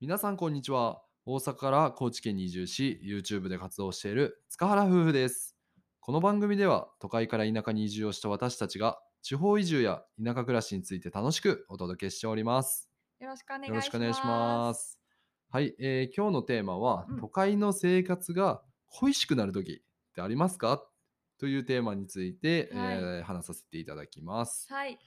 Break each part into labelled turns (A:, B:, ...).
A: 皆さんこんにちは。大阪から高知県に移住し、YouTube で活動している塚原夫婦です。この番組では都会から田舎に移住をした私たちが地方移住や田舎暮らしについて楽しくお届けしております。
B: よろしくお願いし
A: よ
B: ます。
A: ろしくお願いします。はい、えー今日のテーマは、
B: うん
A: 都会の生活が恋しくなる時ってありますかというテーマについて、
B: はい
A: えー話させていただきます。
B: はい。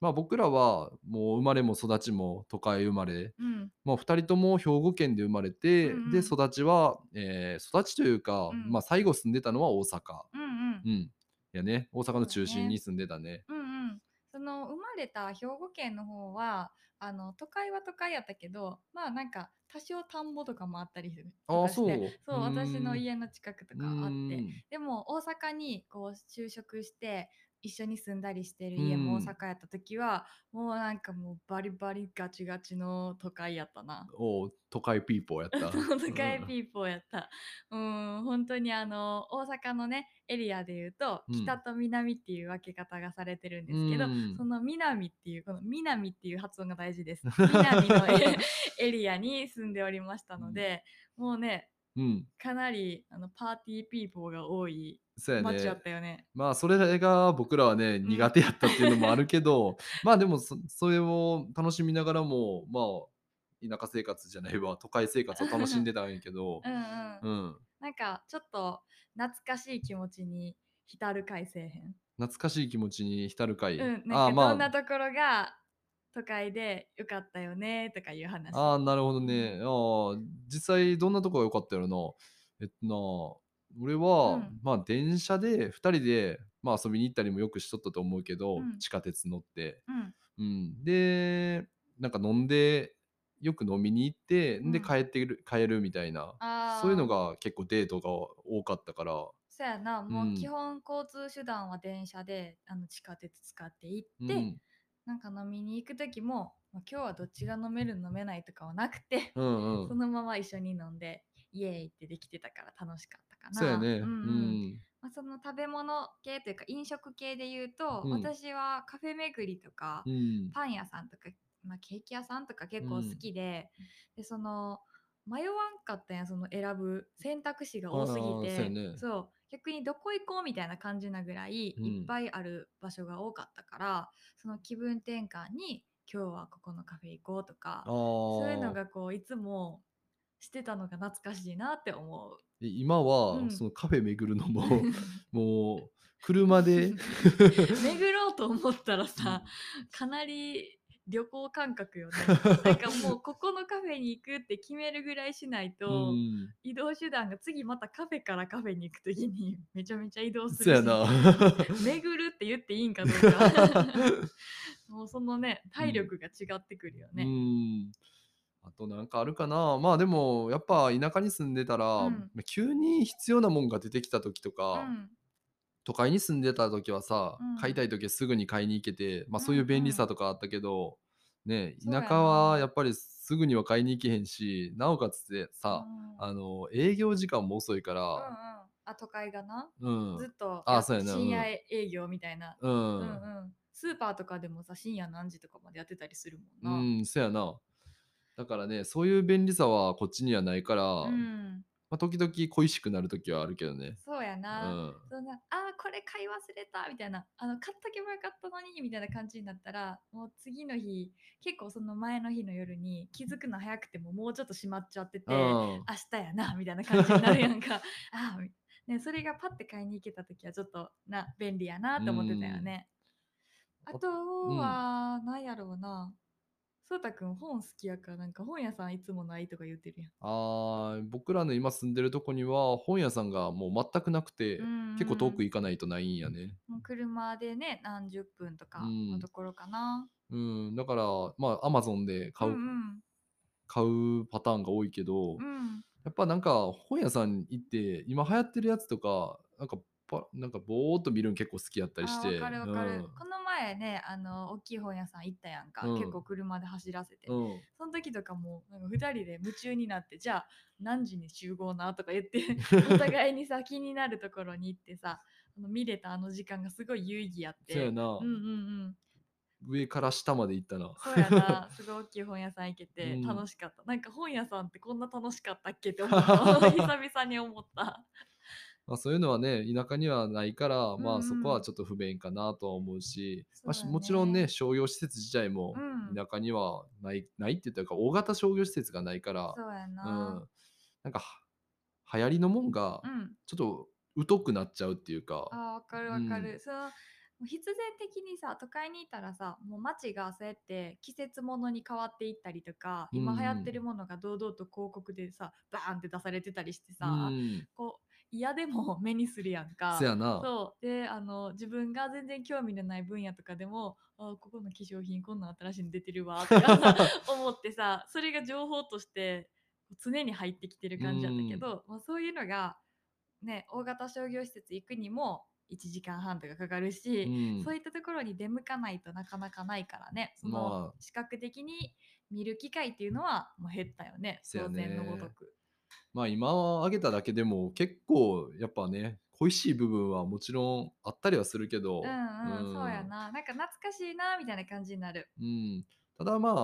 A: まあ僕らはもう生まれも育ちも都会生まれ、
B: うん。
A: まあ、2人とも兵庫県で生まれて、
B: うんうん
A: で育ちは、えー育ちというか、
B: うん
A: まあ、最後住んでたのは大阪、
B: うんうん
A: う。ん、やね大阪の中
B: そうね
A: 心に住んでたね
B: うんうん。その生まれた兵庫県の方はあの都会は都会やったけどまあなんか多少田んぼとかもあったりする
A: ああ
B: とかして
A: そう
B: そう私の
A: うん
B: 家の近くとかあっ
A: う
B: て
A: ん
B: でも大阪にこう就職して一緒に住んだりしてる家
A: う
B: も大
A: ん
B: 阪やった時はもうなんかもうバリバリガチガチの都会やったな。
A: おう都会ピーポーや った
B: 都会ピーポーやった。うん、本当にあの大阪のねエリアで言うと、
A: うん
B: 北と南っていう分け方がされてるんですけど、
A: うん
B: その南っていうこの南っていう発音が大 事です。南のエエリアに住んでおりましたので、もうね
A: うん、うん、
B: かなりあのパーティーピーポーが多い
A: そうや
B: 街や
A: ね
B: ったよね。
A: まあそれが僕らはね
B: ん
A: 苦手やったっていうのもあるけ どまあでもそそれを楽しみながらもまあ田舎生活じゃないわ都会生活を楽しんでたんやけど
B: うんうん。
A: うん
B: なんかちょっと懐かしい気持ちに浸る回せえへん。
A: 懐かしい気持ちに浸る会、
B: うん、
A: ああ
B: なんかどん
A: ま
B: な
A: あ
B: ところが都会でよかったよねとかいう話。
A: ああなるほどねああ実際どんなとこが良かったやろなえっとな俺は、
B: うん
A: まあ電車で2人で、まあ、遊びに行ったりもよくしとったと思うけど、
B: うん
A: 地下鉄乗って、
B: うん
A: うん、でなんか飲んでよく飲みに行って、
B: うん
A: で帰ってる帰るみたいな
B: あー
A: そういうのが結構デートが多かったから
B: そうやなもうんう基本交通手段は電車で、あの地下鉄使って行
A: う
B: って、
A: ん、
B: なんか飲みに行く時もまあ今日はどっちが飲める飲めないとかはなくて、
A: うんうん
B: そのまま一緒に飲んでイエーイってできてたから楽しかったかな。
A: そうやね
B: ん
A: う
B: うん
A: ん
B: まあ、その食べ物系というか飲食系で言うと、
A: うん
B: 私はカフェ巡りとか、
A: うん
B: パン屋さんとか、まあ、ケーキ屋さんとか結構
A: う
B: 好
A: ん
B: きで、でその迷わんかったんやその選ぶ選択肢が多すぎ
A: あー
B: て
A: そうやね
B: そう逆にどこ行こうみたいな感じなぐらい
A: うん
B: いっぱいある場所が多かったから、その気分転換に今日はここのカフェ行こうとか
A: あー
B: そういうのがこういつもしてたのが懐かしいなって思う。
A: で今は、
B: うん
A: そのカフェ巡るのももう車で
B: 巡ろうと思ったらさ、かなり旅行感 覚よねなんかもうここのカフェに行くって決めるぐらいしないうと、
A: ん、
B: 移動手段が次またカフェからカフェに行く時に めちゃめちゃ移動する
A: そ
B: し
A: うやな
B: 巡るって言っていいんかどう かもうそのね体力が違ってくるよ
A: う
B: ね、
A: んあとなんかあるかなまあでもやっぱ田舎に住んでたら、
B: うん
A: まあ急に必要なもんが出てきた時と
B: う
A: か、
B: ん
A: 都会に住んでた時はさ、
B: うん
A: 買いたい時はすぐに買いに行けて、まあ、
B: うん
A: そういう便利さとかあったけど、ね
B: そうや
A: 田
B: な
A: 舎はやっぱりすぐには買いに行けへんしなおかつでさ、
B: うん
A: あの営業時間も遅いか
B: うんう
A: ら、
B: んあ都会がな、
A: うん
B: ずっと
A: あそうやな
B: 深夜営業みたいな、
A: うん
B: うんうん、スーパーとかでもさ深夜何時とかまでやってたりするもんな、
A: うん、そやな。だからね、そういう便利さはこっちにはないから、
B: うん、
A: まあ、時々恋しくなる時はあるけどね。
B: そうや
A: う
B: な。
A: ん、
B: そんなあーこれ買い忘れたみたいなあの買っとけばよかったのにみたいな感じになったらもう次の日結構その前の日の夜に気づくの早くてももうちょっと閉まっちゃってて
A: う
B: 明
A: ん、
B: 日やなみたいな感じになるやんか あーみね、それがパッて買いに行けた時はちょっとな便利やなと思ってたよね
A: う
B: あ
A: ん
B: とは何やろうなそうたくん本好きやからなんか本屋さんいつもないとか言ってるやん
A: あー僕らの今住んでるとこには本屋さんがもう全くなくて、
B: うんうん
A: 結構遠く行かないとないんやね。
B: もう車でね何十分とか
A: うん
B: のところかな、
A: うん、だからまあアマゾンで買う,、
B: うんうん
A: 買うパターンが多いけど、
B: うん、
A: やっぱなんか本屋さん行って今流行ってるやつとかなんかばなんかぼーっと見るの結構好きやったりして。
B: あーわかるわかる、
A: うん
B: この前ねあの大きい本屋さん行ったやんか、
A: うん
B: 結構車で走らせて、
A: うん
B: その時とかもなんか2人で夢中になってじゃあ何時に集合なとか言って お互いにさ気になるところに行ってさあの見れたあの時間がすごい有意義やっ
A: そうや
B: て
A: な、
B: うんうんうん
A: 上から下まで行ったな。
B: そうやな、すごい大きい本屋さん行け
A: う
B: て
A: ん
B: 楽しかった。なんか本屋さんってこんな楽しかったっけって 思った。久々に思った。
A: まあ、そういうのはね田舎にはないから、ま
B: うんう
A: あ、
B: ん
A: そこはちょっと不便かなとは思うし、まあ
B: そうだね
A: もちろんね商業施設自体も
B: うん
A: 田舎にはない,、ないって言ったら大型商業施設がないから
B: そうや
A: うん、
B: な。
A: なんかは流行りのもんが
B: うん。
A: ちょっと疎くなっちゃうっていうか、
B: あーわかるわか
A: う
B: る。そのもう必然的にさ都会にいたらさもう街がそうやって季節ものに変わっていったりとか今
A: うんうん
B: 流行ってるものが堂々と広告でさバーンって出されてたりしてさ、
A: うん、
B: こう嫌でも目にするやんか。
A: せやな
B: そうであの自分が全然興味のない分野とかでもあここの化粧品こんなん新しいの出てるわとか さ思ってさそれが情報として常に入ってきてる感じだったけど、まあ、そういうのが、ね、大型商業施設行くにも1時間半とかかかる
A: う
B: し、
A: ん
B: そういったところに出向かないとなかなかないからねその
A: まあ
B: 視覚的に見る機会っていうのはもう減ったよね
A: せや
B: 当
A: ね
B: 然のごとく。
A: まあ今は挙げただけでも結構やっぱね恋しい部分はもちろんあったりはするけど、
B: うんうん、そうや
A: ん
B: ななんか懐かしいなみたいな感じになる。
A: うん、ただまあ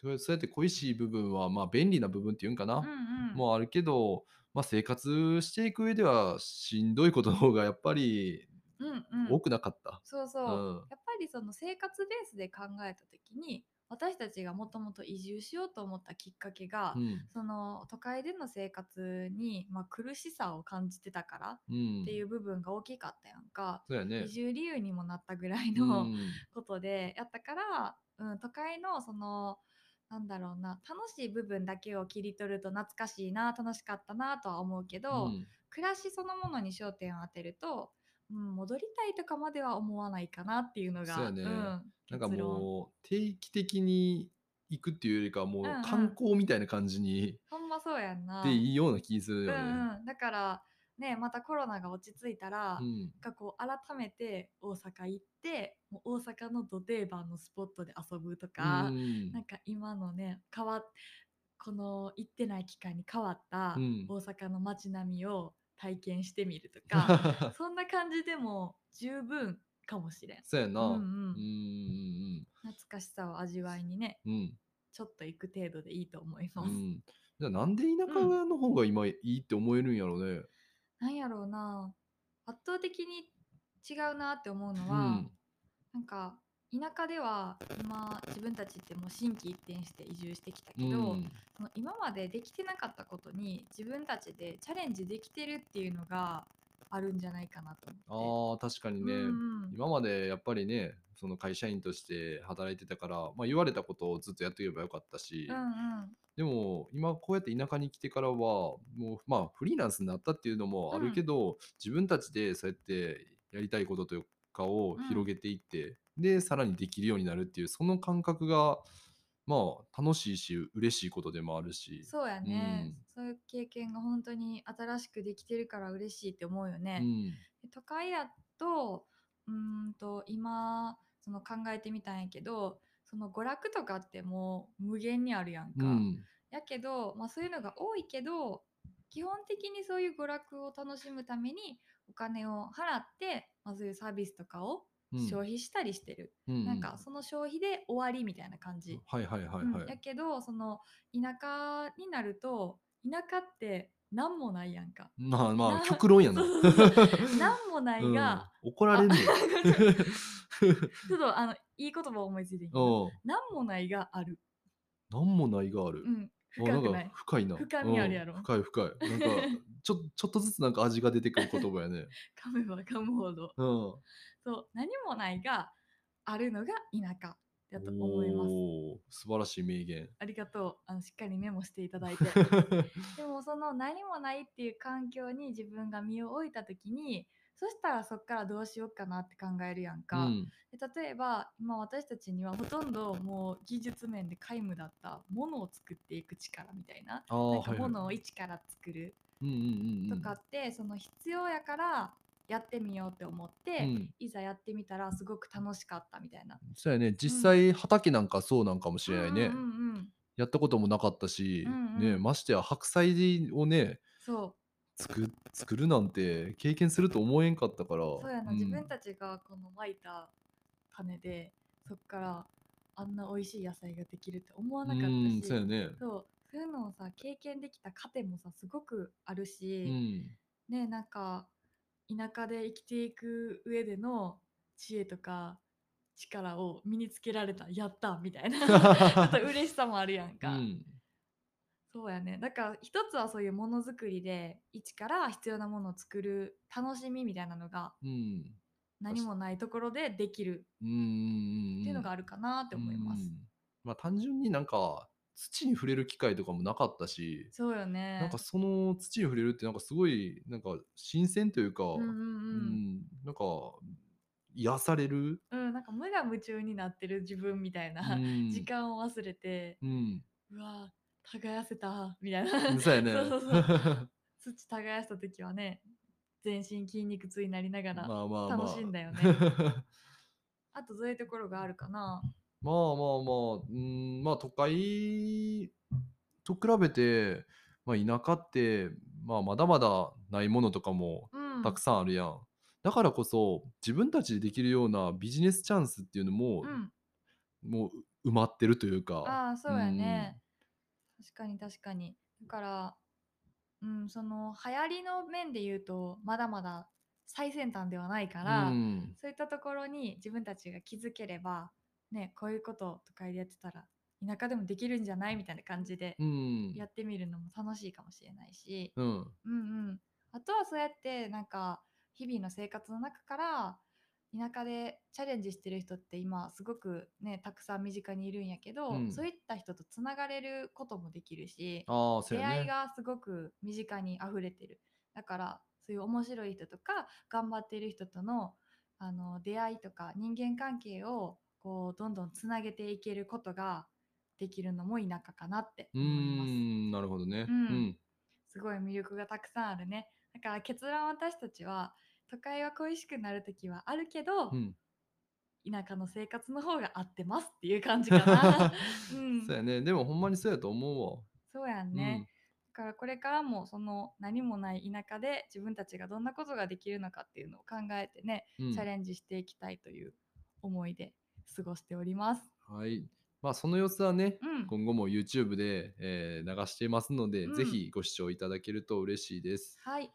A: そうそうやって恋しい部分はまあ便利な部分っていうんかな、
B: うんうん、
A: もうあるけど、まあ、生活していく上ではしんどいことの方がやっぱり
B: うんうん、
A: 多くなかった。
B: そうそうう、やっ
A: ん
B: ぱりその生活ベースで考えた時に私たちがもともと移住しようと思ったきっかけが、
A: うん
B: その都会での生活に、まあ、苦しさを感じてたから
A: うん
B: っていう部分が大きかったやんか、
A: そうやね
B: 移住理由にもなったぐらいうの、
A: ん
B: ことでやったから、うん、都会のそのなんだろうな楽しい部分だけを切り取ると懐かしいな楽しかったなとは思うけど、
A: うん
B: 暮らしそのものに焦点を当てると、うん、戻りたいとかまでは思わないかなっていうのが
A: そうやね
B: ん、
A: なんか
B: 結論
A: もう定期的に行くっていうよりかはもう
B: うんうん
A: 観光みたいな感じに
B: ほんまそうやんな
A: でいいような気するよね。
B: うんうん、だからねまたコロナが落ち着いたら、
A: うん
B: なんかこう改めて大阪行ってもう大阪のど定番のスポットで遊ぶとか、
A: うん
B: なんか今のね変わっこの行ってない期間に変わった
A: うん
B: 大阪の街並みを体験してみると か、そんな感じでも十分かもしれん。
A: そうやな。
B: う
A: う
B: んう
A: ん
B: ん、
A: うん
B: 懐かしさを味わいにね
A: うんうん
B: ちょっと行く程度でいいと思いま
A: う
B: す。
A: ん、じゃあなんで田舎の方が今いいって思えるんやろうね。
B: なんやろうな圧倒的に違うなって思うの
A: う
B: は、
A: ん。
B: なんか田舎では今自分たちってもう心機一転して移住してきたけ
A: う
B: ど、
A: ん。
B: その今までできてなかったことに自分たちでチャレンジできてるっていうのがあるんじゃないかなと思って。
A: ああ、確かにね、
B: うんうん
A: 今までやっぱりね、その会社員として働いてたから、まあ、言われたことをずっとやっていけばよかったし、
B: うんうん
A: でも今こうやって田舎に来てからは、もうまあフリーランスになったっていうのもあるけど、自分たちでそうやってやりたいことというかを
B: うん
A: 広げていって、で、さらにできるようになるっていう、その感覚が、まあ楽しいし、嬉しいことでもあるし。
B: そうやね、
A: うん
B: そういう経験が本当に新しくできてるから嬉しいって思うよ
A: う
B: ね。
A: ん
B: で都会やとうーんと今その考えてみたんやけどその娯楽とかってもう無限にあるやんか。
A: うん、
B: やけど、まあ、そういうのが多いけど基本的にそういう娯楽を楽しむためにお金を払って、まあ、そういうサービスとかを
A: うん
B: 消費したりしてる、なんかその消費で終わりみたいな感じ、
A: はいはいはい
B: うん
A: は
B: や
A: い。
B: けどその田舎になると田舎って何もないやん か
A: まあま
B: な
A: あ極論やな。
B: そうそうそう何もないが、
A: うん怒られん ねん。
B: ちょっとあのいい言葉思いついてんけど
A: うん。
B: 何もないがある、
A: なんもないがある
B: う。ん、
A: あ
B: 深く
A: な
B: なん
A: か
B: い
A: 深いな。
B: 深みあるやろ
A: うん深い深い。なんかち ょちょっとずつなんか味が出てくる言葉やね。
B: 噛めば噛むほど
A: うん。
B: そう何もないがあるのが田舎だと思います。
A: おー素晴らしい名言。
B: ありがとうあのしっかりメモしていただ いてでもその何もないっていう環境に自分が身を置いた時にそしたらそっからどうしようかなって考えるや ん
A: う
B: か、
A: ん。
B: で例えば今私たちにはほとんどもう技術面で皆無だったものを作っていく力みたいな
A: ああ
B: なん
A: は
B: か
A: いはい。
B: も
A: うん
B: のを一から作る
A: うんうんう
B: と
A: ん。
B: かって、その必要やからやってみようって思って、
A: うん。
B: いざやってみたらすごく楽しかったみたいな
A: そうやね。実際畑なんかそうなんかもしれないね。
B: うんうんうんうん
A: やったこともなかったし、
B: うんうん
A: ねましてや白菜をね
B: そ
A: 作作るなんて経験すると思えんかったから
B: うそうやな、
A: ん
B: 自分たちがこのまいた種でそっからあんな美味しい野菜ができるって思わ
A: う
B: なかった
A: ん、
B: し
A: そうやね。
B: そうそういうのをさ経験できた糧もさすごくある
A: う
B: し、
A: ん。
B: ねなんか田舎で生きていく上での知恵とか力を身につけられたやったみたいなちょっと嬉しさもあるやん
A: う
B: か、
A: ん。
B: そうやねだから一つはそういうものづくりで一から必要なものを作る楽しみみたいなのが
A: うん。
B: 何もないところでできる
A: うんうん。
B: っていうのが
A: ある
B: あるかなって思います、
A: まあ単純になんか土に触れる機会とかもなかったし、
B: そうよね
A: なんかその土に触れるってなんかすごいなんか新鮮というか、
B: うんう
A: う
B: んうん
A: んなんか癒される、
B: うん、なんか無我夢中になってる自分みたいな、
A: うん
B: 時間を忘れて
A: うん、
B: うわー耕せたみたいな
A: そうやね。
B: そうそうそう土耕した時はね全身筋肉痛になりなが
A: ま
B: ら、
A: あまあまあ。
B: 楽しいんだよねあとそういうところがあるかな
A: まあまあまあ、うん、まあ都会と比べて、まあ、田舎って、まあ、まだまだないものとかも
B: うん
A: たくさんあるやん。だからこそ自分たちでできるようなビジネスチャンスっていうのも、
B: うん
A: もう埋まってるというか。
B: ああそうやね、確かに確かにだからうんその流行りの面で言うとまだまだ最先端ではないか
A: うん。
B: ら、
A: うん
B: そういったところに自分たちが気づければねこういうこと都会でやってたら田舎でもできるんじゃないみたいな感じで
A: うん
B: やってみるのも楽しいかもしれないし、
A: うん
B: うんうん、あとはそうやってなんか日々の生活の中から田舎でチャレンジしてる人って今すごくねたくさん身近にいるんやけど、
A: うん
B: そういった人とつながれることもできるし
A: ああそう
B: 出
A: やね。
B: 会いがすごく身近に溢れてるだからそういう面白い人とか頑張っている人とのあの出会いとか人間関係をこうどんどんつなげていけることができるのも田舎かなって
A: う
B: 思います。
A: んなるほどね。
B: うんすごい魅力がたくさんあるね。だから結論私たちは都会は恋しくなる時はあるけど、
A: うんうん
B: 田舎の生活の方が合ってますっていう感じかな。 うん
A: そう、やね。でもほんまにそうやと思
B: そうやん
A: うわ。
B: ね。だからこれからもその何もない田舎で自分たちがどんなことができるのかっていうのを考えてね、
A: うん。うん
B: チャレンジしていきたいという思いで過ごしております。
A: はい。まあその様子はね、
B: うん、
A: 今後も YouTube で、えー流していますので、
B: うん
A: ぜひご視聴いただけると嬉しいです。
B: はい。よ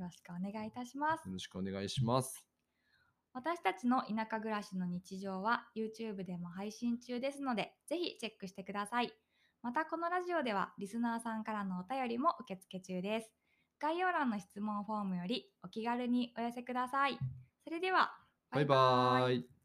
B: ろしくお願いいたします。
A: よろしくお願いします。
B: 私たちの田舎暮らしの日常は YouTube でも配信中ですので、ぜひチェックしてください。またこのラジオではリスナーさんからのお便りも受付中です。概要欄の質問フォームよりお気軽にお寄せください。それでは、
A: バイバーイ。